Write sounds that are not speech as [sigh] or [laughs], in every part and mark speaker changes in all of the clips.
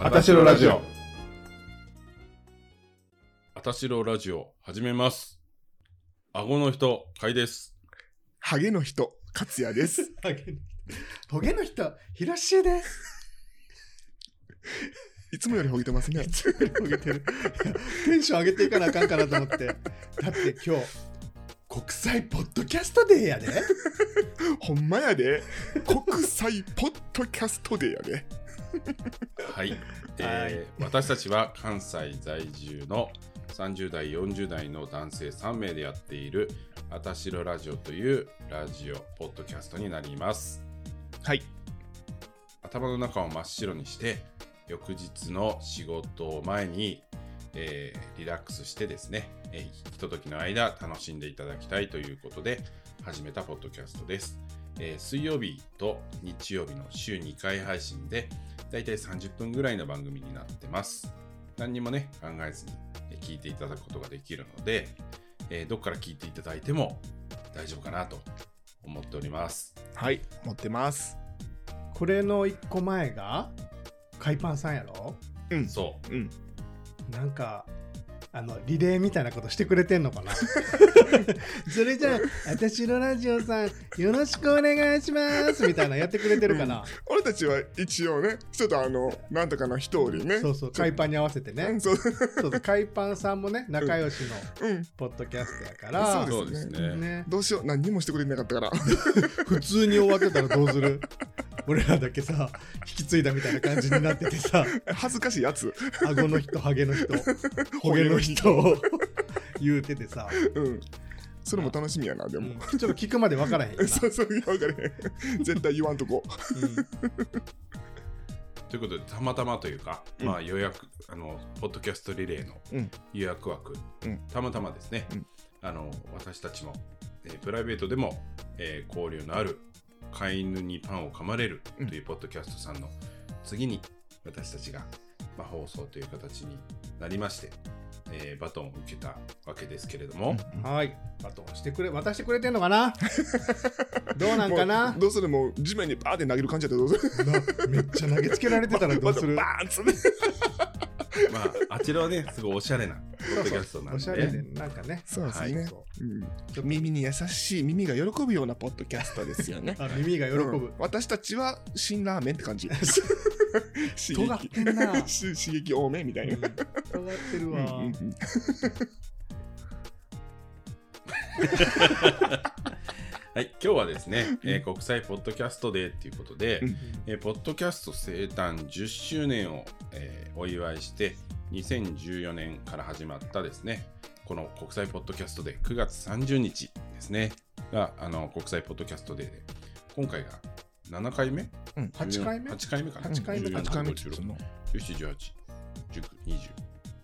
Speaker 1: あたしろラジオ。
Speaker 2: あたしろラジオ始めます。顎の人、かいです。
Speaker 3: ハゲの人、勝也
Speaker 1: [laughs]
Speaker 3: です。
Speaker 1: ハゲの人。トゲの人、ひろしゅうです。
Speaker 3: いつもよりほげてますね
Speaker 1: [laughs] い。つもよりハゲてる。いやテンション上げていかなあかんかなと思って。だって今日、国際ポッドキャストデーやで。
Speaker 3: ほんまやで。国際ポッドキャストデーやで。
Speaker 2: はい。えー私たちは関西在住の30代、40代の男性3名でやっているあたしろラジオというラジオ、ポッドキャストになります。
Speaker 3: はい。
Speaker 2: 頭の中を真っ白にして翌日の仕事を前に、えーリラックスしてですね、えーひとときの間楽しんでいただきたいということで始めたポッドキャストです、えー水曜日と日曜日の週2回配信でだいたい30分ぐらいの番組になってます何にもね考えずにえー聞いていただくことができるので、えーどっから聞いていただいても大丈夫かなと思っております
Speaker 3: はい。持ってます。
Speaker 1: これの一個前が、海パンさんやろ
Speaker 3: うん。
Speaker 2: そう
Speaker 3: うん。
Speaker 1: なんか、あの、リレーみたいなことしてくれてんのかなそれじゃあ、あたしろラジオさん、よろしくお願いしますみたいなのやってくれてるかな、
Speaker 3: 俺たちは一応ね、ちょっとあの、なんとかの人よりね。
Speaker 1: そうそう、海パンに合わせて
Speaker 3: う
Speaker 1: ね
Speaker 3: ん。。そう。
Speaker 1: そうそう、海パンさんもね、仲良しの
Speaker 3: うん。
Speaker 1: ポッドキャストやから、
Speaker 3: そ
Speaker 2: そうう
Speaker 3: で
Speaker 2: ですす
Speaker 3: ね
Speaker 2: ね
Speaker 1: ね、
Speaker 3: どうしよう。何にもしてくれなかったから。 [laughs]
Speaker 1: 普通に終わってたらどうする俺らだけさ引き継いだみたいな感じになっててさ
Speaker 3: 恥ずかしいやつ。
Speaker 1: 顎の人ハゲの人ホゲの人を言うててさ、
Speaker 3: うん。それも楽しみやな、で
Speaker 1: うん
Speaker 3: も。
Speaker 1: ちょっと聞くまで分からへんよ
Speaker 3: [laughs]
Speaker 1: な、
Speaker 3: そうそう、分かれへん。 [laughs] 絶対言わんとこ。
Speaker 2: ということでたまたまというか、
Speaker 3: うん
Speaker 2: まあ予約あのポッドキャストリレーの
Speaker 3: うん
Speaker 2: 予約枠、
Speaker 3: うん
Speaker 2: たまたまですね、
Speaker 3: うん
Speaker 2: あの私たちも、えープライベートでも、えー交流のある飼い犬にパンを噛まれるというポッドキャストさんの次に私たちが、まあ、放送という形になりまして、えーバトンを受けたわけですけれども、
Speaker 1: うんはいバトンしてくれ渡してくれてんのかなどうなんかな
Speaker 3: もうどうするもう地面にバーって投げる感じやったらどうする
Speaker 1: なめっちゃ投げつけられてたらどうす
Speaker 3: [laughs]
Speaker 1: る
Speaker 3: またバーンっつって。
Speaker 2: まああちらはねすごいおしゃれなポッドキャストなん
Speaker 1: [laughs] お
Speaker 2: で
Speaker 1: しゃれでなんかね
Speaker 3: そうですね。
Speaker 1: そう
Speaker 3: うん
Speaker 1: ちょっと。
Speaker 3: 耳に優しい耳が喜ぶようなポッドキャストですよ [laughs] ね
Speaker 1: あ耳が喜ぶ、
Speaker 3: うん私たちは辛ラーメンって感 [laughs] じ。刺
Speaker 1: 尖っ
Speaker 3: 激
Speaker 1: てんな、うん、尖
Speaker 3: し刺激多めみたいな。
Speaker 1: ってる
Speaker 3: うん
Speaker 1: わ、
Speaker 3: うんうん
Speaker 2: はい、今日はですね、えー国際ポッドキャストデーということで、
Speaker 3: うん
Speaker 2: えーポッドキャスト生誕10周年を、えーお祝いして、2014年から始まったですね、この国際ポッドキャストデー、9月30日ですね、があの国際ポッドキャストデーで、今回が7回目
Speaker 1: 8回目
Speaker 2: ?8 回目かな
Speaker 1: 八回目
Speaker 2: 14
Speaker 3: 8回目っ
Speaker 2: 15 16
Speaker 3: つうの
Speaker 2: 17、18、19、20、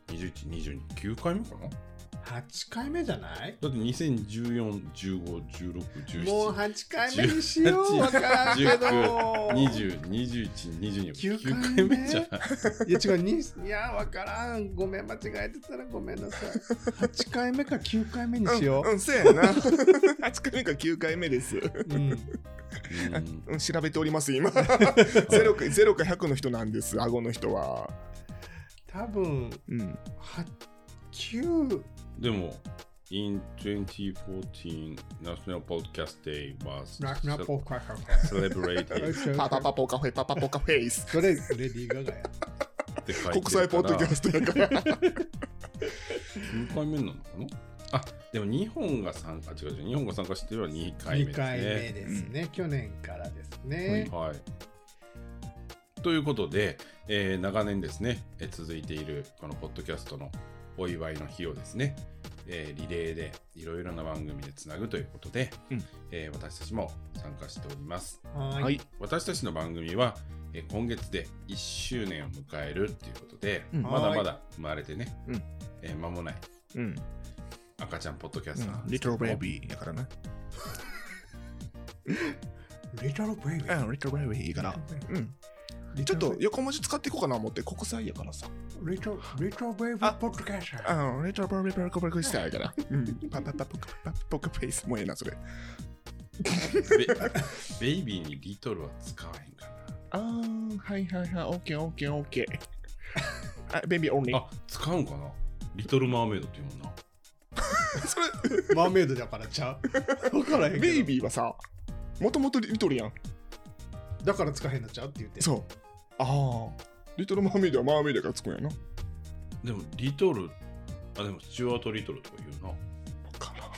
Speaker 2: 21、22、9回目かなだ
Speaker 1: 8回目じゃない
Speaker 2: って2014、15、16、17。
Speaker 1: もう8回目にしようわからんけど
Speaker 2: 202122
Speaker 1: 九回目
Speaker 2: 9回目じゃない
Speaker 1: いや違うにいやわからんごめん間違えてたらごめんなさい8回目か9回目にしよ
Speaker 3: うん、そうやな。8回目か9回目です。
Speaker 1: う、うん
Speaker 2: うん
Speaker 3: うん、調べております、 [laughs] 今。ゼロかゼロか100の人なんです、顎の人は。
Speaker 1: 多分
Speaker 3: うん。
Speaker 1: 9
Speaker 2: でも In 2014 National Podcast Day was
Speaker 1: ラッナポ
Speaker 2: ce-
Speaker 1: ーカー
Speaker 2: celebrated
Speaker 3: パパパポカフェ、パパポカフェイス。
Speaker 1: それレディー・ガガや
Speaker 2: って書いてる
Speaker 3: 国際ポッドキャストやから。
Speaker 2: 9回目なのかなあでも日本が参加違う違う日本が参加してるのは2回目で
Speaker 1: 2
Speaker 2: す
Speaker 1: 回目
Speaker 2: ね
Speaker 1: ですね、去年からですね、
Speaker 2: はいということで、えー長年ですね、えー続いているこのポッドキャストのお祝いの日をですね、えーリレーでいろいろな番組でつなぐということで、
Speaker 3: うん
Speaker 2: えー私たちも参加しております。
Speaker 1: はーい
Speaker 3: はい
Speaker 2: 私たちの番組は、えー今月で1周年を迎えるということで、
Speaker 3: うん
Speaker 2: まだまだ生まれてね、
Speaker 3: うん
Speaker 2: えー間もない
Speaker 3: うん。
Speaker 2: 赤ちゃんポッドキャストなんで
Speaker 3: リ
Speaker 2: すけ
Speaker 3: ト
Speaker 2: ど
Speaker 3: ル
Speaker 2: も
Speaker 3: ベイビーやからな。
Speaker 1: リトル・ブレイブ
Speaker 3: うん、リトルベイビーから。うん。ちょっと横文字使っていこうかな思って、国際やからさ。
Speaker 1: リトル・リトル・ブレイブ・ポ
Speaker 3: あ
Speaker 1: ッドキャスト
Speaker 3: あレトロバリバリバリしたいから。パパパポカパポカフェイスもええな、それ。
Speaker 2: [laughs] ベベイビーにリトルは使わへんかな。
Speaker 3: ああ、はいはいはい、オッケーオッケーオッケー。あベビーオンリー。
Speaker 2: あ使うんかなリトルマーメイドっていうもんな。
Speaker 3: それ、
Speaker 1: マーメイドだからちゃう。わからへんけど。
Speaker 3: ベイビーはさ、もともとリトルやん。
Speaker 1: だから使えへんのちゃうって言って。
Speaker 3: そう。ああ。リトルマーメイドはマーメイドからつくんやな。わ
Speaker 2: でもリトル、あ、でもスチュアートリトルとか言うな。
Speaker 3: からん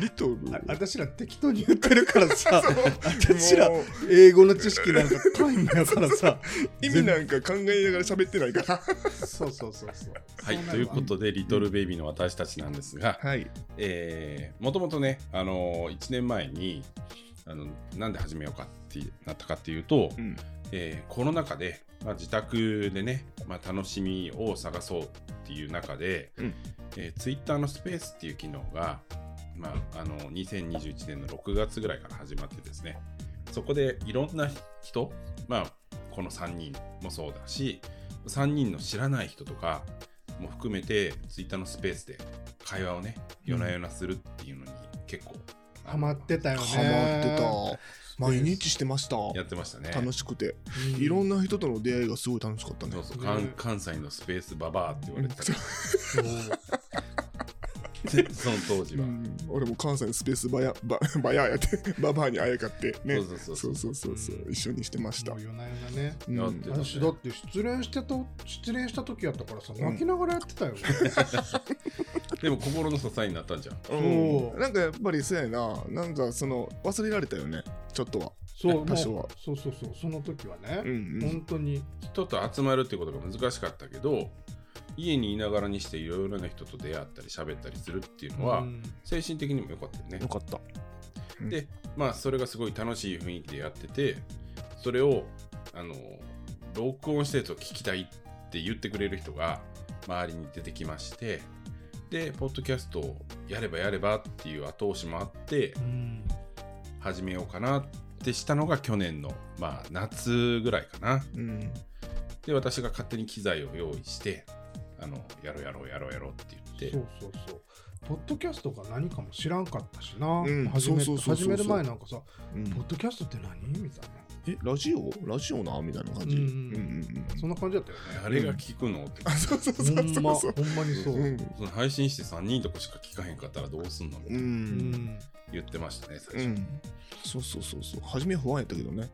Speaker 3: リトル。
Speaker 1: あ私ら適当に言ってるから
Speaker 3: [laughs]
Speaker 1: さ、私ら
Speaker 3: もう
Speaker 1: 英語の知識なんか高いんだからさ、
Speaker 3: [laughs] 意味なんか考えながら喋ってないから。
Speaker 1: そうそうそうそう。
Speaker 2: はい、ということで、リトルベイビーの私たちなんですが、
Speaker 3: はい。
Speaker 2: えーもともとね、あのー、1年前にあの、なんで始めようかってなったかっていうと、
Speaker 3: うん。
Speaker 2: えーコロナ禍で、まあ、自宅でね、まあ、楽しみを探そうっていう中で、
Speaker 3: うん
Speaker 2: えー、Twitter のスペースっていう機能が、まあ、あの2021年の6月ぐらいから始まってですねそこでいろんな人、まあ、この3人もそうだし3人の知らない人とかも含めて Twitter のスペースで会話をね夜な夜なするっていうのに結構あの
Speaker 1: ハマってたよ
Speaker 3: ハ
Speaker 1: ね。
Speaker 3: マってた。毎日してました。
Speaker 2: やってましたね。
Speaker 3: 楽しくて、
Speaker 1: う
Speaker 3: いろんな人との出会いがすごい楽しかったね
Speaker 2: そう。そう関
Speaker 1: ね
Speaker 2: 関西のスペースババアって言われてた
Speaker 3: そう
Speaker 1: そう
Speaker 2: で [laughs] その当時は。
Speaker 3: うん俺も関西のスペースバヤバ [laughs] バヤやってババアにあやかってね
Speaker 2: そうそうそ
Speaker 3: そうう
Speaker 2: そ
Speaker 3: そうそうそう一緒にしてました
Speaker 1: もう、夜な夜なね。
Speaker 3: うん
Speaker 2: やってた
Speaker 1: 私だって失恋してた失恋した時やったからさ泣きながらやって
Speaker 3: [laughs]
Speaker 1: たよ、
Speaker 2: う。でも心の支えになったんじゃん。
Speaker 1: そう
Speaker 3: うんなんかやっぱりそうやななんかその忘れられたよねちょっとは
Speaker 1: そう
Speaker 3: 多少は
Speaker 1: もうそうそうそうその時は
Speaker 3: うん
Speaker 1: ね、
Speaker 3: うん
Speaker 1: 本当に
Speaker 2: 人と集まるってことが難しかったけど、家にいながらにしていろいろな人と出会ったり喋ったりするっていうのは、
Speaker 1: うん
Speaker 2: 精神的にも良かったよね
Speaker 3: よ。かったうん
Speaker 2: で、まあそれがすごい楽しい雰囲気でやってて、それを、あの、録音したやつを聞きたいって言ってくれる人が周りに出てきまして、で、ポッドキャストをやればやればっていう後押しもあって、
Speaker 1: うん
Speaker 2: 始めようかなってしたのが去年の、まあ、夏ぐらいかな。
Speaker 3: うん
Speaker 2: で、私が勝手に機材を用意して、あの、やろうやろうやろうやろうって言
Speaker 1: そ
Speaker 2: って、
Speaker 1: うそうそうポッドキャストが何かも知らんかったしな、
Speaker 3: うん
Speaker 1: 始め
Speaker 3: そうそうそうそう
Speaker 1: 始める前なんかさ
Speaker 3: うん
Speaker 1: ポッドキャストって何みたいな
Speaker 3: えラジオラジオなみたいな感じ
Speaker 1: う
Speaker 3: うんんうん
Speaker 1: う
Speaker 3: ん
Speaker 1: うん
Speaker 3: うん
Speaker 1: そんな感じだったよね
Speaker 2: 誰が聞くのって。
Speaker 3: あそうそうそう
Speaker 1: ほ
Speaker 3: そ
Speaker 1: んま
Speaker 3: う
Speaker 1: ほ
Speaker 3: そうん
Speaker 1: まにそう、
Speaker 3: うん
Speaker 2: その配信して3人とかしか聞かへんかったらどうすんの
Speaker 3: う
Speaker 1: うんん
Speaker 2: 言ってましたね、最
Speaker 3: う
Speaker 2: 初。
Speaker 3: んそうそうそうそう初め不安やったけどね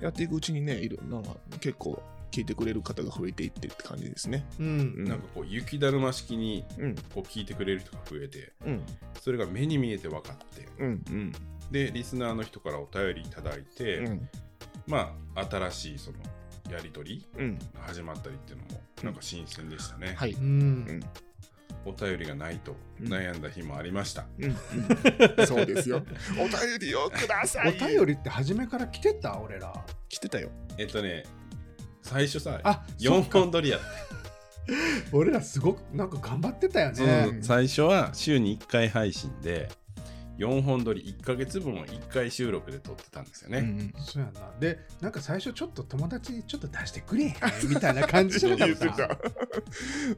Speaker 3: やっていくうちにねいろなんか結構聞いてくれる方が増えていってって感じですね
Speaker 1: うん
Speaker 2: なんかこう、雪だるま式に
Speaker 3: うん
Speaker 2: こう聞いてくれる人が増えて、
Speaker 3: うん
Speaker 2: それが目に見えて分かって、
Speaker 3: うんうん
Speaker 2: で、リスナーの人からお便りいただいて、
Speaker 3: うん
Speaker 2: まあ、新しいその、やりとり
Speaker 3: うん
Speaker 2: が始まったりっていうのも、なんか新鮮でしたね。
Speaker 3: はい
Speaker 1: うん
Speaker 2: お便りがないと
Speaker 3: うん
Speaker 2: 悩んだ日もありました。
Speaker 3: うん [laughs] そうですよお便りをください
Speaker 1: お便りって初めから来てた俺ら
Speaker 3: 来てたよ
Speaker 2: えっとね、最初さ、
Speaker 1: あ
Speaker 2: 4本撮りやっ
Speaker 1: 俺らすごくなんか頑張ってたよ
Speaker 2: た。
Speaker 1: ね
Speaker 3: ん
Speaker 2: 最初は週に1回配信で、4本撮り1ヶ月分を1回収録で撮ってたんですよね。
Speaker 1: そうやなでなんか最初ちょっと友達にちょっと出してくれへん [laughs] みたいな感じじゃなか
Speaker 3: 言
Speaker 1: っ
Speaker 3: って
Speaker 1: た
Speaker 3: [laughs] た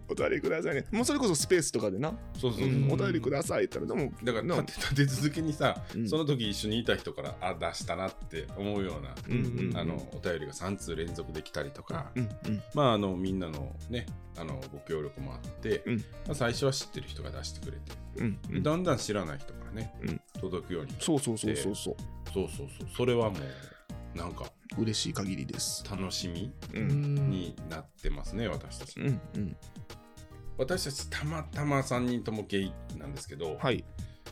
Speaker 3: お便りくださいねもうそれこそスペースとかでな
Speaker 2: そうそうそう。
Speaker 1: ん
Speaker 3: お便りくださいって言ったらでも
Speaker 2: だから
Speaker 3: な
Speaker 2: 立て立て続けにさ、
Speaker 3: うん
Speaker 2: その時一緒にいた人からあ出したなって思うような、
Speaker 3: うんうん
Speaker 2: あのお便りが3通連続できたりとか、
Speaker 3: うんうん
Speaker 2: まああのみんなのねあのご協力もあって、
Speaker 3: うん
Speaker 2: まあ、最初は知ってる人が出してくれて、
Speaker 3: うんうん
Speaker 2: だんだん知らない人からね、
Speaker 3: うん
Speaker 2: 届くように
Speaker 3: そうそうそうそうそ
Speaker 2: そうそうそうそれはもうなんか
Speaker 3: う嬉しい限りです
Speaker 2: 楽しみ
Speaker 3: う
Speaker 2: になってますね、私たち、
Speaker 3: うんうん
Speaker 2: 私たちたまたま3人ともゲイなんですけど、
Speaker 3: はい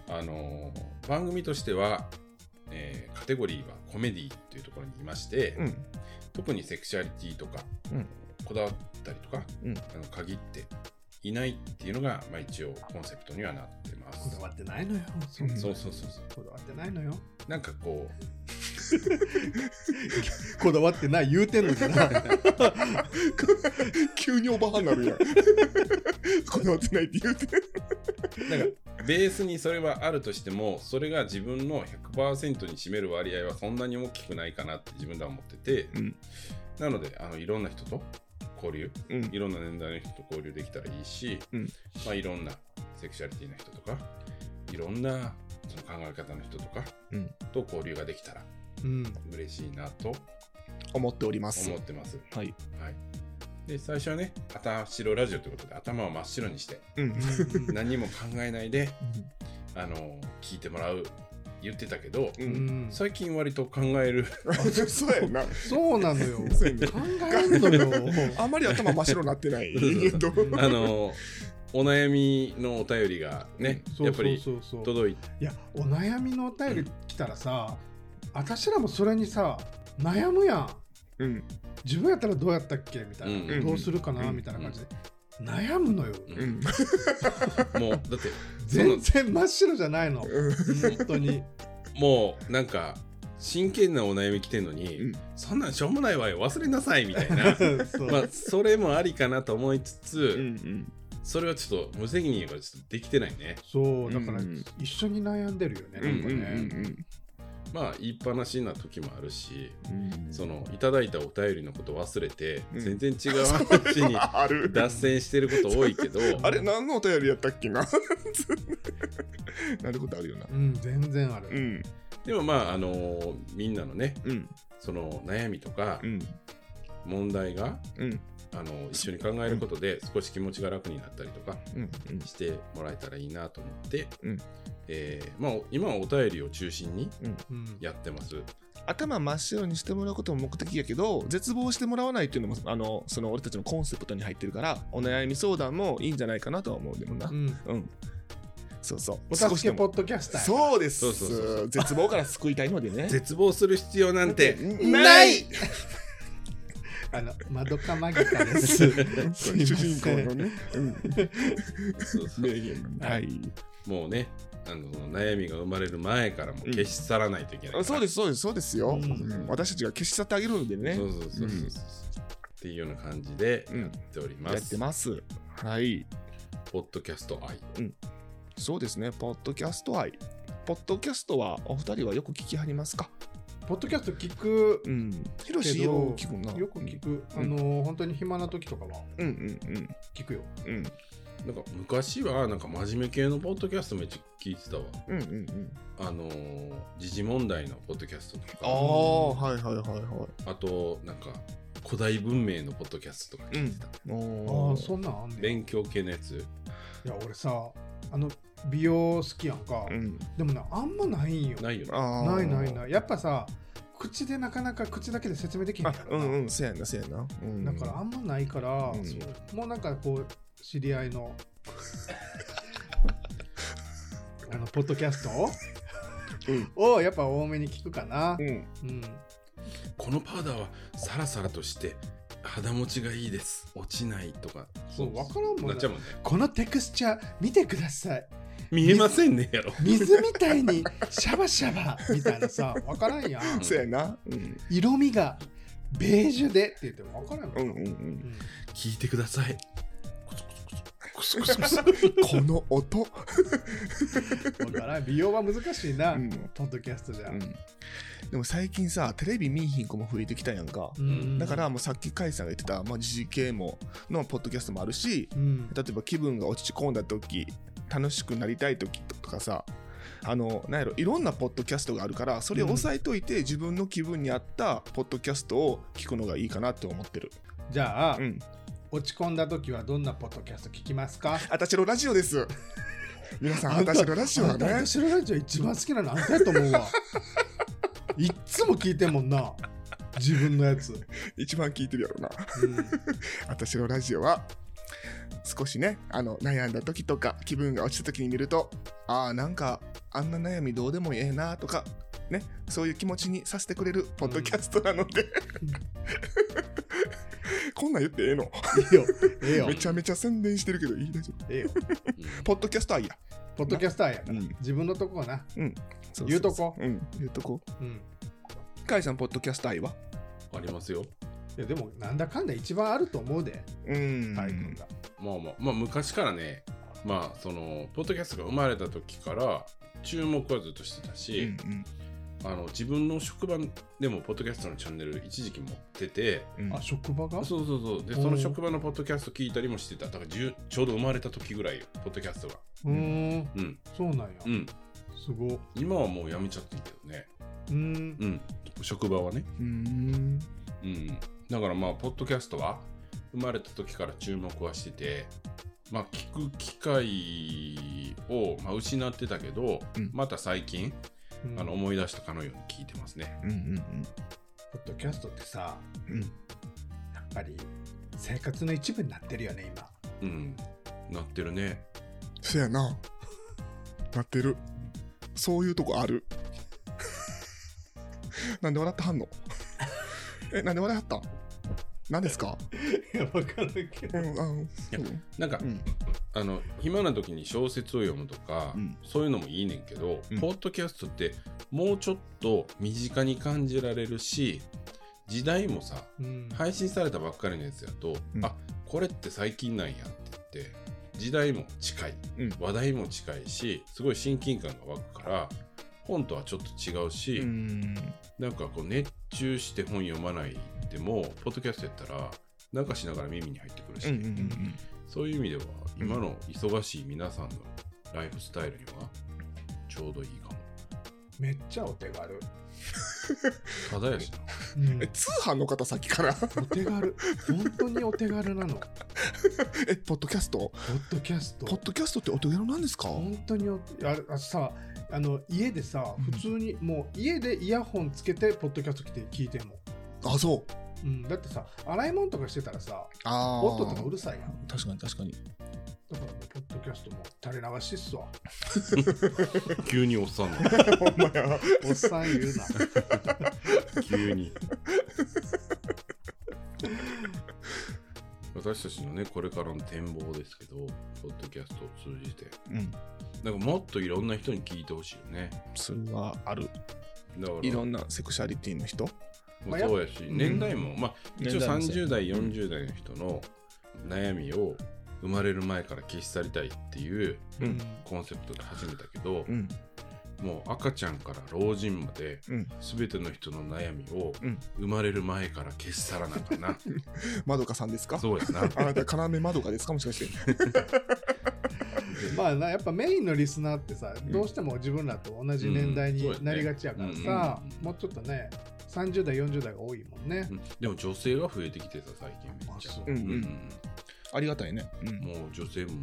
Speaker 2: あのー番組としては、えーカテゴリーはコメディというところにいまして、
Speaker 3: うん
Speaker 2: 特にセクシュアリティとか、
Speaker 3: うん
Speaker 2: こだわったりとか、
Speaker 3: うん
Speaker 2: あの限っていないっていうのが、まあ、一応コンセプトにはなってま
Speaker 1: こ
Speaker 2: す
Speaker 1: だ。わってないのよそんな
Speaker 2: そうそうそうそう
Speaker 1: こだわってないのよ
Speaker 2: なんかこう
Speaker 1: こだわってない言うてんのにな
Speaker 3: 急におばはんなる [laughs] やんこだわってないって言うて
Speaker 2: なんかベースにそれはあるとしてもそれが自分の100%に占める割合はそんなに大きくないかなって自分では思ってて、
Speaker 3: うん
Speaker 2: なのであのいろんな人と交流
Speaker 3: うん
Speaker 2: いろんな年代の人と交流できたらいいし、
Speaker 3: うん
Speaker 2: まあ、いろんなセクシュアリティの人とかいろんなその考え方の人とか
Speaker 3: うん
Speaker 2: と交流ができたら
Speaker 1: [laughs] うん
Speaker 2: 嬉しいなと
Speaker 3: 思っております
Speaker 2: 思ってます。
Speaker 3: はい
Speaker 2: はい、で最初はね「あたしろラジオ」ということで頭を真っ白にして
Speaker 3: うん
Speaker 2: 何も考えないであの聞いてもらう言ってたけど、
Speaker 3: う
Speaker 1: うんん
Speaker 2: 最近割と考える
Speaker 3: [laughs] そうやんな
Speaker 1: そうなのよ。考
Speaker 3: そうやんな
Speaker 1: えるのよ。 [laughs]
Speaker 3: あまり頭真っ白になって [laughs] ないどう
Speaker 2: あのお悩みのお便りがね
Speaker 1: そ
Speaker 2: や
Speaker 1: う
Speaker 2: っぱ
Speaker 1: そう
Speaker 2: り
Speaker 1: そうそう。
Speaker 2: 届いて
Speaker 1: いやお悩みのお便り来たらさ、私らもそれにさ悩むやん
Speaker 3: うん
Speaker 1: 自分やったらどうやったっけみたいな、
Speaker 2: うんうん
Speaker 1: どうするかな、
Speaker 3: うん
Speaker 1: みたいな感じで、悩むのよ、
Speaker 2: うん
Speaker 3: うん
Speaker 2: もうだって
Speaker 1: 全然真っ白じゃないの
Speaker 3: うん
Speaker 1: 本
Speaker 3: [laughs]
Speaker 1: 当に
Speaker 2: もうなんか真剣なお悩み来てんのに、
Speaker 3: うん
Speaker 2: そんなんしょうもないわよ忘れなさいみたいな
Speaker 1: [laughs] そう、
Speaker 2: まあそれもありかなと思いつつ、
Speaker 3: うん
Speaker 2: それはちょっと無責任がちょっとできてないね
Speaker 1: そうだから、
Speaker 3: うん
Speaker 1: 一緒に悩んでるよね
Speaker 3: うんう
Speaker 1: なん
Speaker 3: ん
Speaker 1: かね、
Speaker 2: まあ言いっぱなしな時もあるし
Speaker 3: うんうん
Speaker 2: そのいただいたお便りのこと忘れて、
Speaker 3: うん
Speaker 2: 全然違う話に
Speaker 3: ある
Speaker 2: 脱線してること多いけど
Speaker 3: あれ何のお便りやったっけななることあるよな
Speaker 1: うん全然ある、
Speaker 3: うん
Speaker 2: でもまああのみんなのね
Speaker 3: うん
Speaker 2: その悩みとか
Speaker 3: うん
Speaker 2: 問題が、
Speaker 3: うん
Speaker 2: あの一緒に考えることで少し気持ちが楽になったりとか
Speaker 3: うん
Speaker 2: してもらえたらいいなと思って、
Speaker 3: うん
Speaker 2: えーまあ、今はお便りを中心に
Speaker 1: うん
Speaker 2: やってます。
Speaker 3: 頭真っ白にしてもらうことも目的やけど絶望してもらわないっていうのもあのその俺たちのコンセプトに入ってるからお悩み相談もいいんじゃないかなとは思うでもな
Speaker 1: うん
Speaker 3: うんそうそう
Speaker 1: お助
Speaker 3: 少しで
Speaker 1: けポ
Speaker 3: も
Speaker 1: ッドキャスター
Speaker 3: そうです
Speaker 2: そうそうそうそう
Speaker 3: 絶望から救いたいのでね
Speaker 2: 絶望する必要なんて
Speaker 3: ない
Speaker 1: あのマドカマギカですすいま
Speaker 3: 主人公
Speaker 1: せん
Speaker 3: のね、うん、
Speaker 2: そうそう
Speaker 3: 名言はい
Speaker 2: もうねあの悩みが生まれる前からもう消し去らないといけないから、
Speaker 3: あそうですそうですそうですよ、
Speaker 1: うん
Speaker 3: うん私たちが消し去ってあげるのでね
Speaker 2: そうそうそうそうそう、
Speaker 3: う
Speaker 2: っ
Speaker 3: ん
Speaker 2: ていうような感じでやっておりま
Speaker 3: やっ
Speaker 2: す。
Speaker 3: てますはい
Speaker 2: ポッドキャスト愛。
Speaker 3: そうですねポッドキャスト愛ポッドキャストはお二人はよく聞きはりますか
Speaker 1: ポッドキャスト聞く
Speaker 3: うんヒロシ
Speaker 1: けど
Speaker 3: よく聞くな
Speaker 1: よく聞く、
Speaker 3: うん
Speaker 1: あの本当に暇な時とかは
Speaker 3: うんうんうん
Speaker 1: 聞くよ
Speaker 3: うん
Speaker 2: なんか昔はなんか真面目系のポッドキャストめっちゃ聞いてたわ。
Speaker 3: うんうんうん
Speaker 2: あのー時事問題のポッドキャストと
Speaker 3: あ
Speaker 2: か、
Speaker 3: あはいはいはいは
Speaker 2: あとなんか古代文明のポッドキャストとか聞いてた。
Speaker 3: いお
Speaker 1: あ
Speaker 3: ー
Speaker 1: あそんなんあんねん
Speaker 2: 勉強系のやつ。
Speaker 1: いや俺さあの美容好きやんか、
Speaker 3: うん
Speaker 1: でもなあんまないんよ
Speaker 2: ないよね。
Speaker 3: あー
Speaker 1: ないないないやっぱさ口でなかなか口だけで説明できへんや
Speaker 3: あ
Speaker 1: ろ
Speaker 3: う
Speaker 1: な、
Speaker 3: んうんせやなせやな、うん、
Speaker 1: だからあんまないから、
Speaker 3: うん
Speaker 1: そうもうなんかこう知り合
Speaker 3: [laughs]
Speaker 1: いのあのポッドキャスト
Speaker 3: うん
Speaker 1: をやっぱ多めに聞くかな
Speaker 3: う、ん
Speaker 1: うん、
Speaker 2: このパウダーはサラサラとして肌持ちがいいです。落ちないとか。
Speaker 1: そうわからんもんな
Speaker 2: なっちゃうもんね。
Speaker 1: このテクスチャー見てください
Speaker 2: 見えませんねやろ。
Speaker 1: 水みたいにシャバシャバみたいなさ分からんやん
Speaker 3: せやなうん
Speaker 1: 色味がベージュでって言っても分からん
Speaker 3: う
Speaker 1: の、
Speaker 3: んうんうん
Speaker 1: うん
Speaker 2: 聞いてください。
Speaker 3: クスクス [laughs] クスこの音
Speaker 1: 分からん美容は難しいな、
Speaker 3: うん
Speaker 1: ポッドキャストじゃ、
Speaker 3: でも最近さテレビ見いひん子も増えてきたやんか、
Speaker 1: うん
Speaker 3: だからもうさっき甲斐さんが言ってた、まあ、時事系ものポッドキャストもあるし
Speaker 1: うん
Speaker 3: 例えば気分が落ち込んだ時楽しくなりたい時とかさあのなんやろいろんなポッドキャストがあるからそれを押さえといて、自分の気分に合ったポッドキャストを聞くのがいいかなって思ってる
Speaker 1: じゃあ、
Speaker 3: うん
Speaker 1: 落ち込んだ時はどんなポッドキャスト聞きますか
Speaker 3: 私のラジオです [laughs] 皆さん
Speaker 1: あんた
Speaker 3: 私のラジオは
Speaker 1: あんた
Speaker 3: ね
Speaker 1: 私のラジオ一番好きなのあんたやと思うわ
Speaker 3: [laughs]
Speaker 1: いっつも聞いてんもんな自分のやつ、
Speaker 3: 一番聞いてるやろな
Speaker 1: うん
Speaker 3: 私のラジオは少しねあの悩んだ時とか気分が落ちた時に見るとああなんかあんな悩みどうでもええなとかねそういう気持ちにさせてくれるポッドキャストなので、こんなん言ってええの
Speaker 1: いいよええよ
Speaker 3: めちゃめちゃ宣伝してるけどいい大丈夫
Speaker 1: ええよ
Speaker 3: ポッドキャスターや
Speaker 1: ポッドキャスターやから、
Speaker 3: うん
Speaker 1: 自分のとこな、
Speaker 3: そ
Speaker 1: 言うとこ
Speaker 3: うん言うとこ
Speaker 1: うん、
Speaker 3: カイさんポッドキャスター愛は
Speaker 2: ありますよ。
Speaker 1: いやでもなんだかんだ一番あると思うで
Speaker 3: うん
Speaker 1: タイ君が
Speaker 2: まあまあ、まあ昔からね、まあその、ポッドキャストが生まれた時から、注目はずっとしてた
Speaker 3: うんう
Speaker 2: し、
Speaker 3: ん
Speaker 2: あの自分の職場でもポッドキャストのチャンネル一時期持ってて、
Speaker 3: うん
Speaker 1: あ職場が
Speaker 2: そうそうそう、で、
Speaker 1: おー
Speaker 2: その職場のポッドキャスト聞いたりもしてた。だからじゅちょうど生まれた時ぐらいよ、ポッドキャストが。
Speaker 1: うーん
Speaker 2: うん、
Speaker 1: そうなんや、
Speaker 2: うん。
Speaker 1: すごう
Speaker 2: 今はもうやめちゃってるけどね。
Speaker 1: ーん
Speaker 2: うん、職場はね。
Speaker 3: うん
Speaker 2: うん。だからまあ、ポッドキャストは、生まれた時から注目はしてて、まあ、聞く機会を、まあ、失ってたけど、
Speaker 3: うん
Speaker 2: また最近
Speaker 1: うん
Speaker 2: あの思い出したかのように聞いてますね。
Speaker 3: うんうん
Speaker 1: ポッドキャストってさ
Speaker 3: うんうん
Speaker 1: やっぱり生活の一部になってるよね今 [laughs]
Speaker 2: うん、なってるね。
Speaker 3: そやななってるそういうとこある [laughs] なんで笑っては [laughs] んのえなんで笑いはったん何ですか
Speaker 1: いや分かるけ
Speaker 3: う
Speaker 1: ど
Speaker 3: んあの
Speaker 2: やなんか、
Speaker 3: うん
Speaker 2: あの暇な時に小説を読むとか、
Speaker 3: うん
Speaker 2: そういうのもいいねんけど、
Speaker 3: うん
Speaker 2: ポッドキャストってもうちょっと身近に感じられるし時代もさ
Speaker 1: うん
Speaker 2: 配信されたばっかりのやつやと、
Speaker 3: うん
Speaker 2: あこれって最近なんやって言って時代も近い、
Speaker 3: うん
Speaker 2: 話題も近いしすごい親近感が湧くから本とはちょっと違うし、
Speaker 3: うん
Speaker 2: なんかこう熱中して本読まないでもポッドキャストやったらなんかしながら耳に入ってくるし、
Speaker 3: うんうんうん
Speaker 2: そういう意味では今の忙しい皆さんのライフスタイルにはちょうどいいかも。
Speaker 1: めっちゃお手
Speaker 3: [laughs]
Speaker 1: 軽、
Speaker 2: ただやしな。
Speaker 1: うん
Speaker 3: え通販の方さっきから [laughs]
Speaker 1: お手軽本当にお手軽なのポ
Speaker 3: えポッドキャスト
Speaker 1: ッドキャスト
Speaker 3: ポッドキャストってお手軽なんですか
Speaker 1: 本当におあれあさあの家でさ
Speaker 3: うん
Speaker 1: 普通にもう家でイヤホンつけてポッドキャスト来て聞いても、
Speaker 3: あそう
Speaker 1: うん、だってさ洗い物とかしてたらさ
Speaker 3: あ
Speaker 1: 音とかうるさいやん
Speaker 3: 確かに確かに
Speaker 1: だからもうポッドキャストも垂れ流しっすわ
Speaker 2: [laughs] 急におっさん
Speaker 3: [laughs]
Speaker 2: の。
Speaker 3: ほんまや
Speaker 1: おっさん言うな
Speaker 2: 急に。私たちのね、これからの展望ですけど、ポッドキャストを通じて、
Speaker 3: [laughs] うん
Speaker 2: なんかもっといろんな人に聞いてほしいよね。
Speaker 3: それはある
Speaker 2: だから、
Speaker 3: いろんなセクシャリティの人
Speaker 2: もうそうやし、年代も、まあ、一応
Speaker 3: 年代もそう
Speaker 2: 30代、40代の人の悩みを生まれる前から消し去りたいっていう
Speaker 3: [laughs] うん
Speaker 2: コンセプトで始めたけど、
Speaker 3: うん
Speaker 2: もう赤ちゃんから老人まで
Speaker 3: うん
Speaker 2: 全ての人の悩みを
Speaker 3: うん
Speaker 2: 生まれる前から消し去らなあかんな
Speaker 3: まどかさんですか
Speaker 2: そうやな
Speaker 3: あなた要まどかですかもしかして
Speaker 1: まあなやっぱメインのリスナーってさどうしても自分らと同じ年代
Speaker 2: うんそうや
Speaker 1: に
Speaker 2: ね
Speaker 1: なりがちやからさ、
Speaker 2: うんうんうん
Speaker 1: もうちょっとね30代40代が多いもんね
Speaker 2: う、んでも女性が増えてきてた最近めっ
Speaker 1: あ
Speaker 2: ち
Speaker 1: そ
Speaker 2: ゃ
Speaker 1: う、
Speaker 3: うんう
Speaker 2: うんん
Speaker 3: ありがたいねう
Speaker 2: うん
Speaker 3: ん
Speaker 2: もう女性も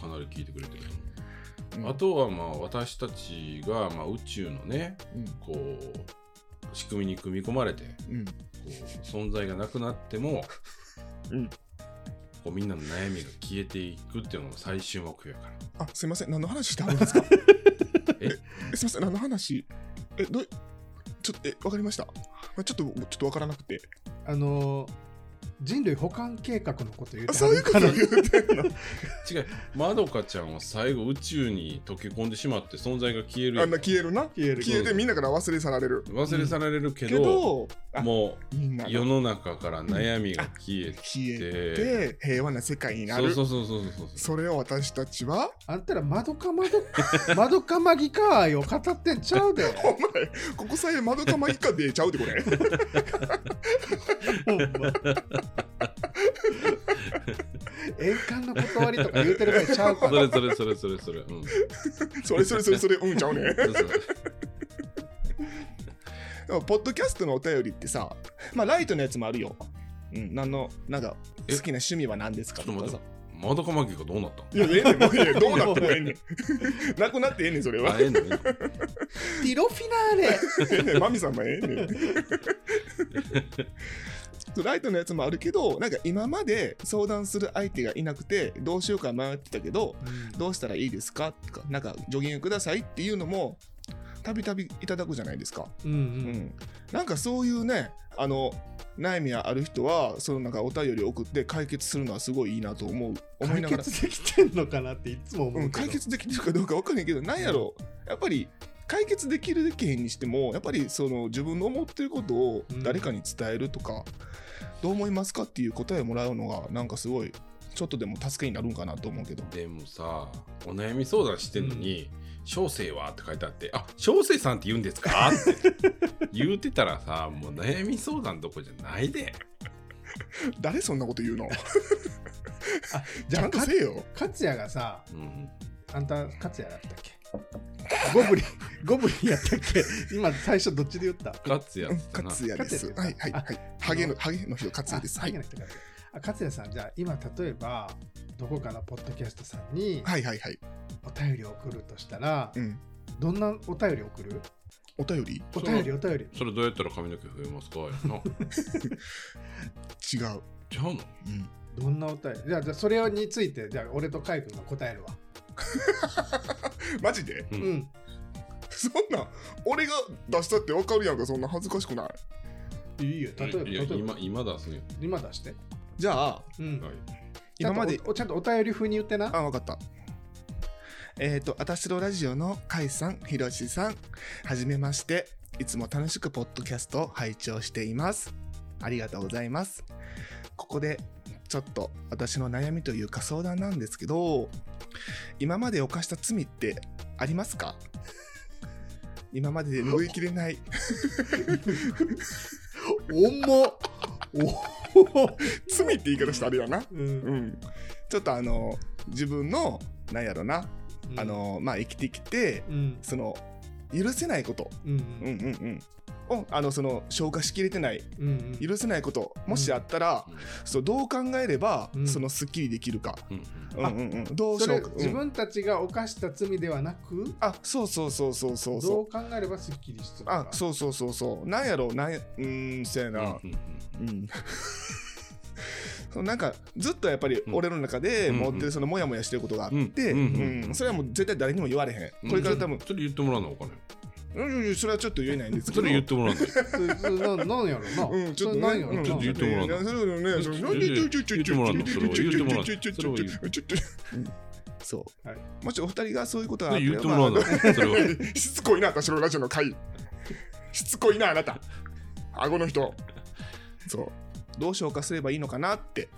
Speaker 2: かなり聞いてくれてる、
Speaker 3: うん
Speaker 2: あとはまあ私たちがまあ宇宙のね
Speaker 3: うん
Speaker 2: こう仕組みに組み込まれてこ
Speaker 3: うん
Speaker 2: う存在がなくなっても、
Speaker 3: うん
Speaker 2: こうみんなの悩みが消えていくっていうのが最終目標やから
Speaker 3: あすいません何の話してはるんで
Speaker 2: [laughs]
Speaker 3: すか
Speaker 2: え
Speaker 3: すいません何の話えどうちょっとえわかりましたまあちょっとちょっとわからなくて
Speaker 1: あのー人類保管計画のこと言う
Speaker 3: あ
Speaker 1: ては
Speaker 3: そうい
Speaker 1: る
Speaker 3: うこと
Speaker 1: から
Speaker 3: 言うてんの
Speaker 2: 違うまどかちゃんは最後宇宙に溶け込んでしまって存在が消える
Speaker 3: あんな消えるな
Speaker 1: 消える
Speaker 3: 消えてみんなから忘れ去られる
Speaker 2: 忘れ去られるけ
Speaker 3: け
Speaker 2: ど,、
Speaker 3: どあ
Speaker 2: も
Speaker 3: みんな
Speaker 2: う
Speaker 3: が
Speaker 2: 世の中から悩みが消えて、
Speaker 3: 消えて平和な世界にな
Speaker 2: そう
Speaker 3: る
Speaker 2: そうそうそうそうそ
Speaker 3: それを私たちは
Speaker 1: あんたらまどかまどかまどかまぎか愛を語ってんちゃ
Speaker 3: [laughs]
Speaker 1: うで
Speaker 3: お前ここさえ窓かま一家出ちゃうでこれ [laughs]
Speaker 1: ほんま円環の断りとか言うてる場合ちゃうか
Speaker 2: う
Speaker 1: ら
Speaker 2: それそれそれそれそれうん
Speaker 3: それそれそれそれうんちゃうね
Speaker 2: そうそう
Speaker 3: でもポッドキャストのお便りってさまあライトのやつもあるようん、なんのなんか
Speaker 2: え
Speaker 3: 好きな趣味は何ですか
Speaker 2: ちょ
Speaker 3: と
Speaker 2: っと
Speaker 3: か
Speaker 2: 待っ
Speaker 3: さ
Speaker 2: てまどかまぎがどうなったの
Speaker 3: いやええねんもういや
Speaker 2: [laughs]
Speaker 3: どうなってもええねん [laughs] なくなってええねんそれは
Speaker 2: あええのええの
Speaker 1: ティロフィナーレ
Speaker 3: ええねんマミさんもええねん [laughs] そうライトのやつもあるけどなんか今まで相談する相手がいなくてどうしようか迷ってたけどどうしたらいいですかとか、なんか助言くださいっていうのも、たびたびいただくじゃないですか。
Speaker 1: うん
Speaker 3: う
Speaker 1: うん
Speaker 3: ん。なんかそういうね、あの、悩みある人は、そのなんかお便りを送って解決するのはすごいいいなと思う。思い
Speaker 1: 解
Speaker 3: ながら。
Speaker 1: 決できてんのかなっていつも思う
Speaker 3: う
Speaker 1: けど、
Speaker 3: ん、解決できてるかどうかわかんないけど、なんやろう。やっぱり、解決できるできへんにしても、やっぱりその自分の思ってることを誰かに伝えるとか、どう思いますかっていう答えをもらうのが、なんかすごい、ちょっとでも助けになるんかなと思うけど。 [laughs]
Speaker 2: でもさお悩み相談してんのに「小生は?」って書いてあって「あ小生さんって言うんですか?」って言うてたらさもう悩み相談どこじゃないで
Speaker 3: 誰そんなこと言うの
Speaker 1: じ
Speaker 3: ち
Speaker 1: ゃ
Speaker 3: ゃ
Speaker 1: あ
Speaker 3: んと
Speaker 1: か
Speaker 3: せえよ。
Speaker 1: 勝也がさ
Speaker 2: うん
Speaker 1: あんた勝也だったっけゴブリンゴブリンやったっけ今最初どっちで言った
Speaker 2: 勝也っつってな
Speaker 3: 勝也です。は
Speaker 1: 勝也
Speaker 3: い
Speaker 1: で
Speaker 3: はい
Speaker 1: すか
Speaker 3: はい。ハゲのハゲの人勝也です。
Speaker 1: あ
Speaker 3: はい
Speaker 1: ハゲ。の人かあ桂さんじゃあ今例えばどこかのポッドキャストさんに
Speaker 3: はいはいはい。
Speaker 1: お便りを送るとしたら、
Speaker 3: うん。
Speaker 1: どんなお便り送る
Speaker 3: お便り
Speaker 1: お便りお便り
Speaker 2: それどうやったら髪の毛増えますかやな
Speaker 3: 違う。
Speaker 2: ちゃうの
Speaker 3: うん。
Speaker 1: どんなお便りじゃあじゃあそれについてじゃあ俺とカイ君が答えるわ
Speaker 3: マジで [laughs]
Speaker 2: う
Speaker 1: うんん、
Speaker 3: そんなん、俺が出したってわかるやんか、そんな恥ずかしくない。
Speaker 1: いいよ例えば
Speaker 2: い
Speaker 1: 例
Speaker 2: や
Speaker 1: えば
Speaker 2: 今今出すね、
Speaker 1: 今出して、
Speaker 3: じゃあ、
Speaker 1: うん
Speaker 2: はい、
Speaker 1: ち
Speaker 3: 今
Speaker 1: ゃんと
Speaker 3: まで
Speaker 1: おちゃんとお便り風に言ってな
Speaker 3: あ、わかった。えっ、と、あたしろラジオのかいさん、ひろしさん、はじめまして。いつも楽しくポッドキャストを拝聴しています。ありがとうございます。ここで、ちょっと私の悩みというか相談なんですけど、今まで犯した罪ってありますか今までで拭いきれない
Speaker 1: [laughs] 重っおっ、
Speaker 3: 罪って言い方したらあれだな。
Speaker 1: うんうん
Speaker 3: うん。ちょっとあの、自分の、なんやろな、あの、まあ、生きてきて、
Speaker 1: うん
Speaker 3: その許せないこと、
Speaker 1: うん
Speaker 3: うんうんうん、をあのその消化しきれてない
Speaker 1: うんうん
Speaker 3: 許せないこともしあったら、
Speaker 2: うん
Speaker 3: そうどう考えれば、
Speaker 1: うん
Speaker 3: そのすっきりできるか、
Speaker 2: うん
Speaker 3: うんうんうん、どう
Speaker 1: そ
Speaker 3: しよ
Speaker 1: れ
Speaker 3: うか、うん
Speaker 1: 自分たちが犯した罪ではなく
Speaker 3: あそうそうそうそうそう
Speaker 1: ど
Speaker 3: そう
Speaker 1: う考えればすっきりするの
Speaker 3: あ
Speaker 1: か
Speaker 3: そうそうそうそうなんやろうなんやうーんせや
Speaker 2: うん
Speaker 3: な
Speaker 2: うんうん
Speaker 3: うん、 [laughs] そうなんかずっとやっぱり
Speaker 2: うん
Speaker 3: 俺の中で
Speaker 2: うんうん
Speaker 3: 持ってるそのモヤモヤしてることがあって、
Speaker 2: う
Speaker 3: うんん
Speaker 2: うんうん
Speaker 3: それはもう絶対誰にも言われへ
Speaker 2: うんん
Speaker 3: これから多分
Speaker 2: ちょっと言ってもらうのお金
Speaker 3: うんうんうんそれはちょっと言えないんですけ
Speaker 2: そ
Speaker 3: ど
Speaker 2: れ言ってもらうの
Speaker 1: [laughs] そうそうななんやろな
Speaker 3: うん、ちょっと
Speaker 1: それな
Speaker 3: ね、
Speaker 1: んやろ
Speaker 3: う
Speaker 1: なん
Speaker 2: ちょっと言ってもらうの
Speaker 3: いやそうだよね、その
Speaker 2: 言って言ってもらうのそれは言ってもらうの
Speaker 3: ちょちょちょ
Speaker 2: それは言う
Speaker 3: ちょちょちょそう、
Speaker 1: はい
Speaker 3: もしお二人がそういうことがあ
Speaker 2: そ
Speaker 3: っ
Speaker 2: れ
Speaker 3: た
Speaker 2: 言っ
Speaker 3: ら
Speaker 2: てもらうの
Speaker 3: ま
Speaker 2: それは
Speaker 3: あ [laughs] しつこいな、私のラジオの回。しつこいな、あなた。顎の人。そう。どう消化すればいいのかなって。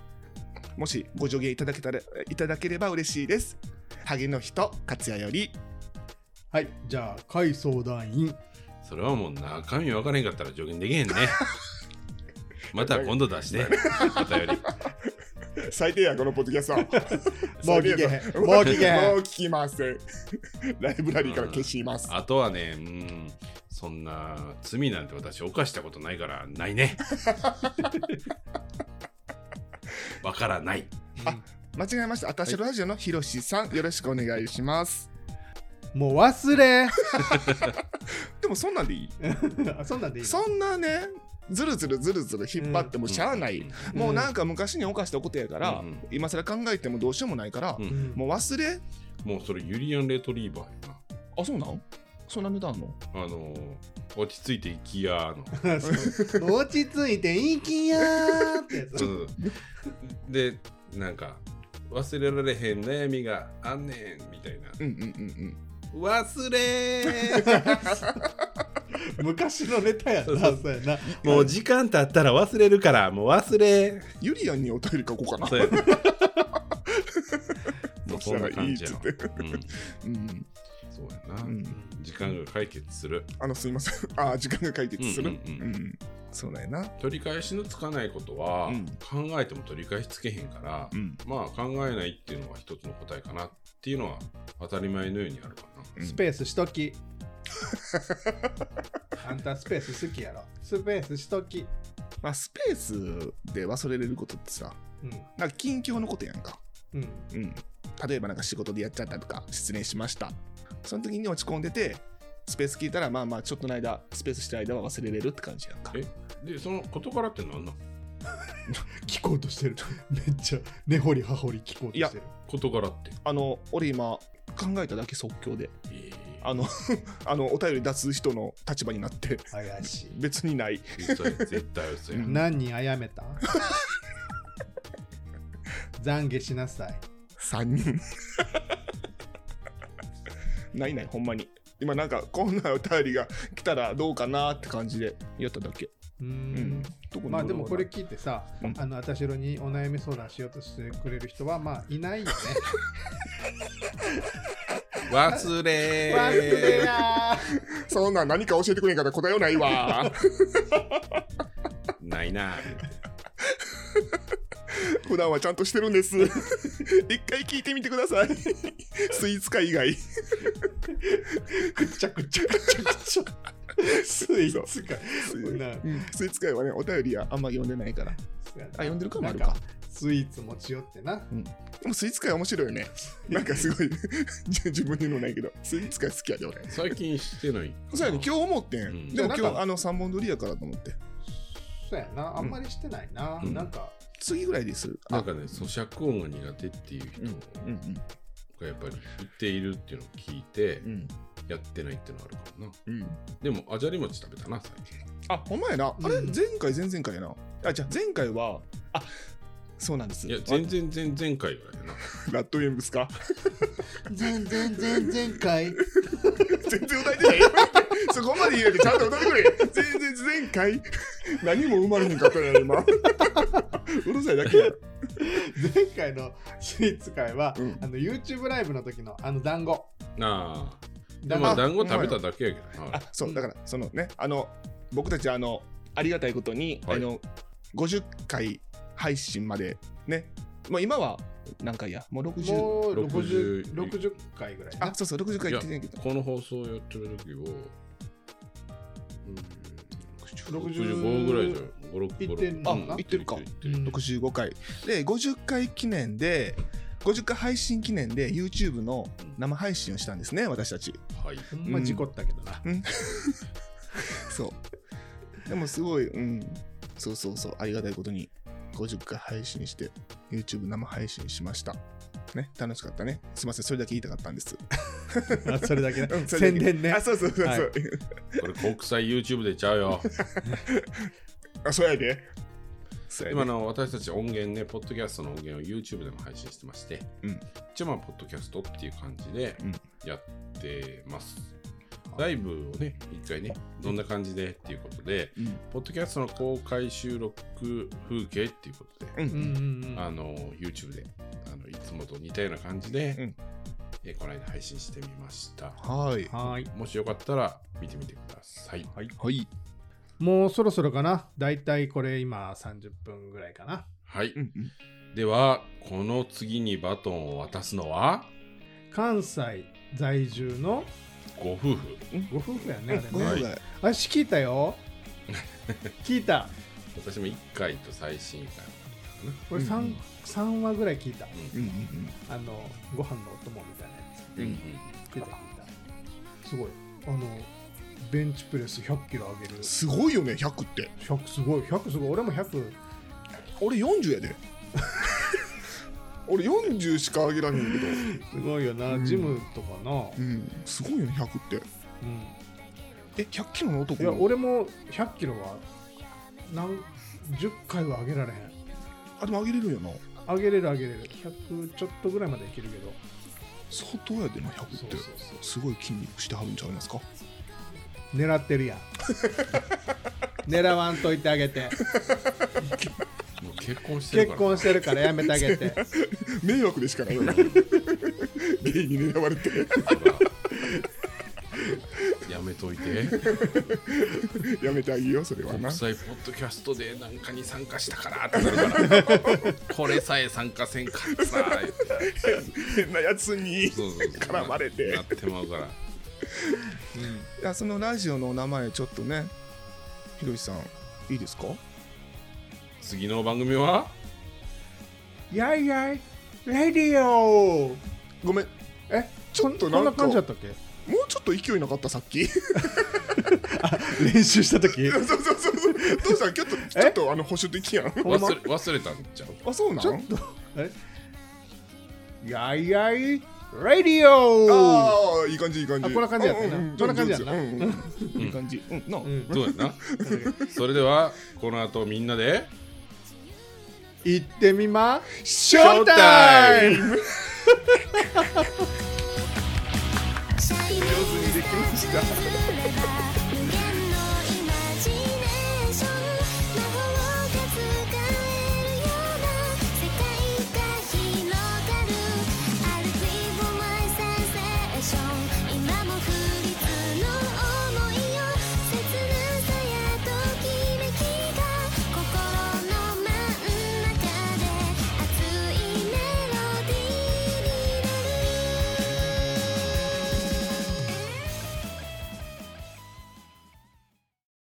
Speaker 3: もしご助言いただけたらいただければ嬉しいです。ハゲの人、勝也より。
Speaker 1: はいじゃあ会相談員
Speaker 2: それはもう中身分からへんかったら助言できへんねまた今度出してお便り
Speaker 3: 最低や、このポッドキャスト [laughs] は。
Speaker 1: もう聞けへん
Speaker 3: 最低やぞ
Speaker 1: もう聞けへん
Speaker 3: もう聞きません。ライブラリーから消します。
Speaker 2: あとはねうんそんな罪なんて私犯したことないからない
Speaker 1: [laughs]
Speaker 2: ねわからない
Speaker 3: あ間違えました。私のラジオのひろしさん、よろしくお願いします。
Speaker 1: もう忘れ
Speaker 3: でもそんなんでいい
Speaker 1: あそんなんでいいの
Speaker 3: そんなね、ずるずるずるずる引っ張ってもしゃあない。
Speaker 1: うん
Speaker 3: もうなんか昔に犯したことやから、
Speaker 2: うんうん
Speaker 3: 今更考えてもどうしようもないから、
Speaker 2: うん
Speaker 1: うん
Speaker 3: もう忘れ。
Speaker 2: もうそれユリアン・レトリーバーや
Speaker 3: あ、そうなんそんな値段あんの
Speaker 2: なあのー落ち着いていきやーの
Speaker 1: そう [laughs] 落ち着いていきやーってやつ
Speaker 2: うんでなんか忘れられへん悩みがあんねんみたいな
Speaker 3: うんうんうん
Speaker 2: 忘れー
Speaker 1: 昔のネタやな
Speaker 2: そう
Speaker 1: そうやな
Speaker 2: もう時間経ったら忘れるからもう忘れー
Speaker 3: うん。ユリアンにお便り書こうかな。 [laughs]
Speaker 2: そうやねもうそ
Speaker 3: そし
Speaker 2: んな
Speaker 3: たらいい
Speaker 2: 感
Speaker 3: っ
Speaker 2: じ
Speaker 3: つ
Speaker 2: や
Speaker 3: っ
Speaker 2: ろ
Speaker 3: て。
Speaker 2: うん
Speaker 3: うん
Speaker 2: そうやな、
Speaker 3: うん。
Speaker 2: 時間が解決する
Speaker 3: あの、すいません。 [laughs] あ、時間が解決する。
Speaker 2: うんうんう
Speaker 3: そうだよな。
Speaker 2: 取り返しのつかないことは、
Speaker 3: うん
Speaker 2: 考えても取り返しつけへんから、
Speaker 3: うん。
Speaker 2: まあ考えないっていうのは一つの答えかなっていうのは当たり前のようにあるかな
Speaker 3: うん
Speaker 1: スペースしときあんたスペース好きやろスペースしとき
Speaker 3: まあ、スペースで忘れれることってさ、
Speaker 1: う
Speaker 3: なんか近況のことやんか。
Speaker 1: んうん
Speaker 3: うん、例えばなんか仕事でやっちゃったとか失恋しましたその時に落ち込んでてスペース聞いたらまあまあちょっとの間スペースしてる間は忘れれるって感じやんか
Speaker 2: えでその事柄って何なの
Speaker 1: 聞こうとしてるめっちゃ根掘り葉掘り聞こうとしてる
Speaker 2: 事柄って
Speaker 3: あの俺今考えただけ即興で
Speaker 2: ええ
Speaker 3: あの [laughs] あのお便り出す人の立場になって
Speaker 1: 怪しい
Speaker 3: 別にない
Speaker 2: 嘘や絶対嘘や
Speaker 3: うん
Speaker 1: 何人あやめた [laughs] 懺悔しなさい
Speaker 3: 3人 [laughs] ないないほんまに今なんかこんなお便りが来たらどうかなって感じでやっただけ
Speaker 1: う
Speaker 3: う
Speaker 1: ー
Speaker 3: んん特に
Speaker 1: まあでもこれ
Speaker 3: ない
Speaker 1: 聞いてさ、
Speaker 3: うん
Speaker 1: あの私ろにお悩み相談しようとしてくれる人はまあいないよね。
Speaker 2: 忘れー
Speaker 1: やー
Speaker 3: そんなん何か教えてくれんかったら答えようないわ
Speaker 2: ないな
Speaker 3: 普段はちゃんとしてるんです [laughs] 一回聞いてみてください [laughs] スイーツ界以外
Speaker 1: くちゃくちゃくちゃくちゃ。スイーツか。
Speaker 3: スイ
Speaker 1: な
Speaker 3: うんスイーツ界はねお便りはあんま読んでないからあ
Speaker 1: そうやな
Speaker 3: 読んでるかもある
Speaker 1: な
Speaker 3: か
Speaker 1: んスイーツ持ち寄ってな
Speaker 3: でもスイーツ界面白いよね。なんかすごいじ自分で言うのないけど、スイーツ界好きやで俺。
Speaker 2: 最近してない。
Speaker 3: そうやね、今日思ってん。
Speaker 2: うん
Speaker 3: でも
Speaker 1: で
Speaker 3: 今
Speaker 1: もなん
Speaker 3: 日
Speaker 1: か
Speaker 3: あの三本撮りやからと思って。
Speaker 1: そうやなあんまりしてないな、
Speaker 2: うん
Speaker 1: なんか
Speaker 3: 次ぐらいでする。
Speaker 2: なんかね、咀嚼音が苦手っていう人
Speaker 3: うんうん
Speaker 2: がやっぱり言っているっていうのを聞いて
Speaker 3: う、ん
Speaker 2: やってないっていうのはあるからな。
Speaker 3: うん。
Speaker 2: でも、あじゃり餅食べたな、最近。
Speaker 3: あ、ほんまやな。あれ
Speaker 1: うん
Speaker 3: 前回前々回やな。あ、じゃあ前回は、あそうなんです。
Speaker 2: いや、
Speaker 3: あ
Speaker 2: 全然、全然回ぐらいやな。
Speaker 3: ラッドウィンブスか [laughs]
Speaker 1: 全然全然回
Speaker 3: 全然歌えてない。 [laughs] そこまで言うよりちゃんと歌ってくれ。全然前回 [laughs] 何も生まれへんかったやろ今。 [laughs] うるさいだけやろ。
Speaker 1: [laughs] 前回のスイーツ会は、
Speaker 3: うん
Speaker 1: あの YouTube ライブの時のあの団子
Speaker 2: なあ。で
Speaker 1: 団
Speaker 2: も、
Speaker 1: 子
Speaker 2: 団子食べただけやけど
Speaker 3: あ
Speaker 2: な。
Speaker 3: そううんだからそのねあの僕たちあのありがたいことに、
Speaker 2: はい
Speaker 3: あの50回配信までねもう今は何回やもう60
Speaker 1: もう
Speaker 2: 60
Speaker 1: 60, 60回ぐらいな
Speaker 3: あそうそう60回
Speaker 2: い
Speaker 3: や
Speaker 2: や
Speaker 3: ってないけど、
Speaker 2: この放送やってる時を、うん65
Speaker 1: 65
Speaker 2: ぐらいじゃん。5、6、
Speaker 1: い
Speaker 2: 5、
Speaker 1: ってんの
Speaker 2: 6。
Speaker 1: か
Speaker 2: う
Speaker 1: なん
Speaker 3: いってるか
Speaker 2: いってる
Speaker 1: う
Speaker 2: いってる
Speaker 1: ん
Speaker 3: 65回で50回記念で50回配信記念で YouTube の生配信をしたんですね私たち [laughs]
Speaker 2: はい。
Speaker 1: まあ事故ったけどな、
Speaker 3: そうでもすごいうんそうそうそうありがたいことに50回配信して YouTube 生配信しましたね楽しかったねすいませんそれだけ言いたかったんです
Speaker 1: [laughs] あそれだけね
Speaker 3: うんそれだけ
Speaker 1: 宣伝ね
Speaker 3: あ、そうそうそうそう。
Speaker 1: はい
Speaker 2: これ、国際 YouTube でちゃうよ。
Speaker 3: [laughs] あ、そうやで。そうやで
Speaker 2: 今の私たち音源ね、ポッドキャストの音源を YouTube でも配信してまして、
Speaker 3: うん
Speaker 2: 一応まあ、ポッドキャストっていう感じで
Speaker 3: うん
Speaker 2: やってます。ライブをね、一回ね、どんな感じでっていうことで、
Speaker 3: うん
Speaker 2: ポッドキャストの公開収録風景っていうことで、
Speaker 3: うん
Speaker 1: うんうんうん
Speaker 2: あの、YouTube で、あのいつもと似たような感じで、
Speaker 3: うん
Speaker 2: えこの間配信してみました。
Speaker 3: はい。
Speaker 1: はーい
Speaker 2: もしよかったら見てみてください。はい。
Speaker 3: はい。
Speaker 1: もうそろそろかなだいたいこれ今30分ぐらいかな
Speaker 3: うんうん
Speaker 2: では、この次にバトンを渡すのは、
Speaker 1: 関西在住の
Speaker 2: ご夫婦。
Speaker 1: ご夫婦やねあ
Speaker 3: ごめ
Speaker 1: れ
Speaker 3: ん
Speaker 1: ね
Speaker 3: な
Speaker 2: はい
Speaker 3: さい。
Speaker 1: 私聞いた [laughs] よ聞いた
Speaker 2: 私も1回と最新回
Speaker 1: 俺 3,、
Speaker 3: うんうん
Speaker 1: 三話ぐらい聞いた
Speaker 3: うんうん
Speaker 1: あのご飯のお供みたいなや
Speaker 2: うんうん
Speaker 1: つ聞いた聞いたすごいあのベンチプレス1 0 0キロ上
Speaker 3: う
Speaker 1: げる
Speaker 3: ん。すごいよね、100って。
Speaker 1: 100すごい100すごい俺も100
Speaker 3: 俺40やで。俺40しかあげられへんけど。
Speaker 1: すごいよな、
Speaker 3: うん
Speaker 1: ジムとかな、うん
Speaker 3: うん。すごいよね、100って。え、100キロの男
Speaker 1: いや俺も100キロは何10回は上げられへん
Speaker 3: あ、でもあげれるよな。
Speaker 1: 上げれる上げれる100ちょっとぐらいまでいけるけど
Speaker 3: 相当やでな、100
Speaker 1: そう
Speaker 3: っ
Speaker 1: そ
Speaker 3: て
Speaker 1: う。そ
Speaker 3: すごい筋肉してはるんちゃいますか
Speaker 1: う狙ってるやん [laughs] 狙わんといてあげて
Speaker 2: うんもう結婚してるか
Speaker 1: 結
Speaker 2: ら。
Speaker 1: 婚してるからやめてあげ [laughs] て
Speaker 3: 迷惑でしかないよな。ゲイに狙われて、
Speaker 2: やめといて。
Speaker 3: やめてあげよう、それはな
Speaker 2: 国。際ポッドキャストでなんかに参加したからってなるから。これさえ参加せんかったさ。
Speaker 3: 変なやつに。
Speaker 2: そうそうそう
Speaker 3: 絡まれて
Speaker 2: なってまうから。
Speaker 3: いやそのラジオのお名前ちょっとねひろしさんいいですか
Speaker 2: 次の番組は
Speaker 1: やいやいレディオ
Speaker 3: ごめん
Speaker 1: え
Speaker 3: ちょっと
Speaker 1: こん
Speaker 3: な
Speaker 1: なん
Speaker 3: か
Speaker 1: 感じ
Speaker 3: も
Speaker 1: だ
Speaker 3: う
Speaker 1: ったっけ
Speaker 3: ちょっと勢いなかったさっきそう
Speaker 1: 練習した時
Speaker 3: そうそうそうどうしたちょっとちょっとあの保守
Speaker 1: [laughs]
Speaker 3: 的やん
Speaker 1: ほんま
Speaker 2: 忘れ忘れたんちゃう
Speaker 3: あそうな
Speaker 1: ちょっ
Speaker 3: ん
Speaker 1: とえやいやいレディオ
Speaker 3: ああいい感じいい感じ
Speaker 1: あこんな感じやったな
Speaker 3: うんうん
Speaker 1: こんな感じやったな
Speaker 3: うんうんいい感じうんな
Speaker 1: うん
Speaker 2: どうやな。それでは、この後みんなで、
Speaker 1: 行ってみま
Speaker 3: シ
Speaker 1: [laughs] ショータイ
Speaker 3: ム
Speaker 1: ム
Speaker 4: 上手にできました。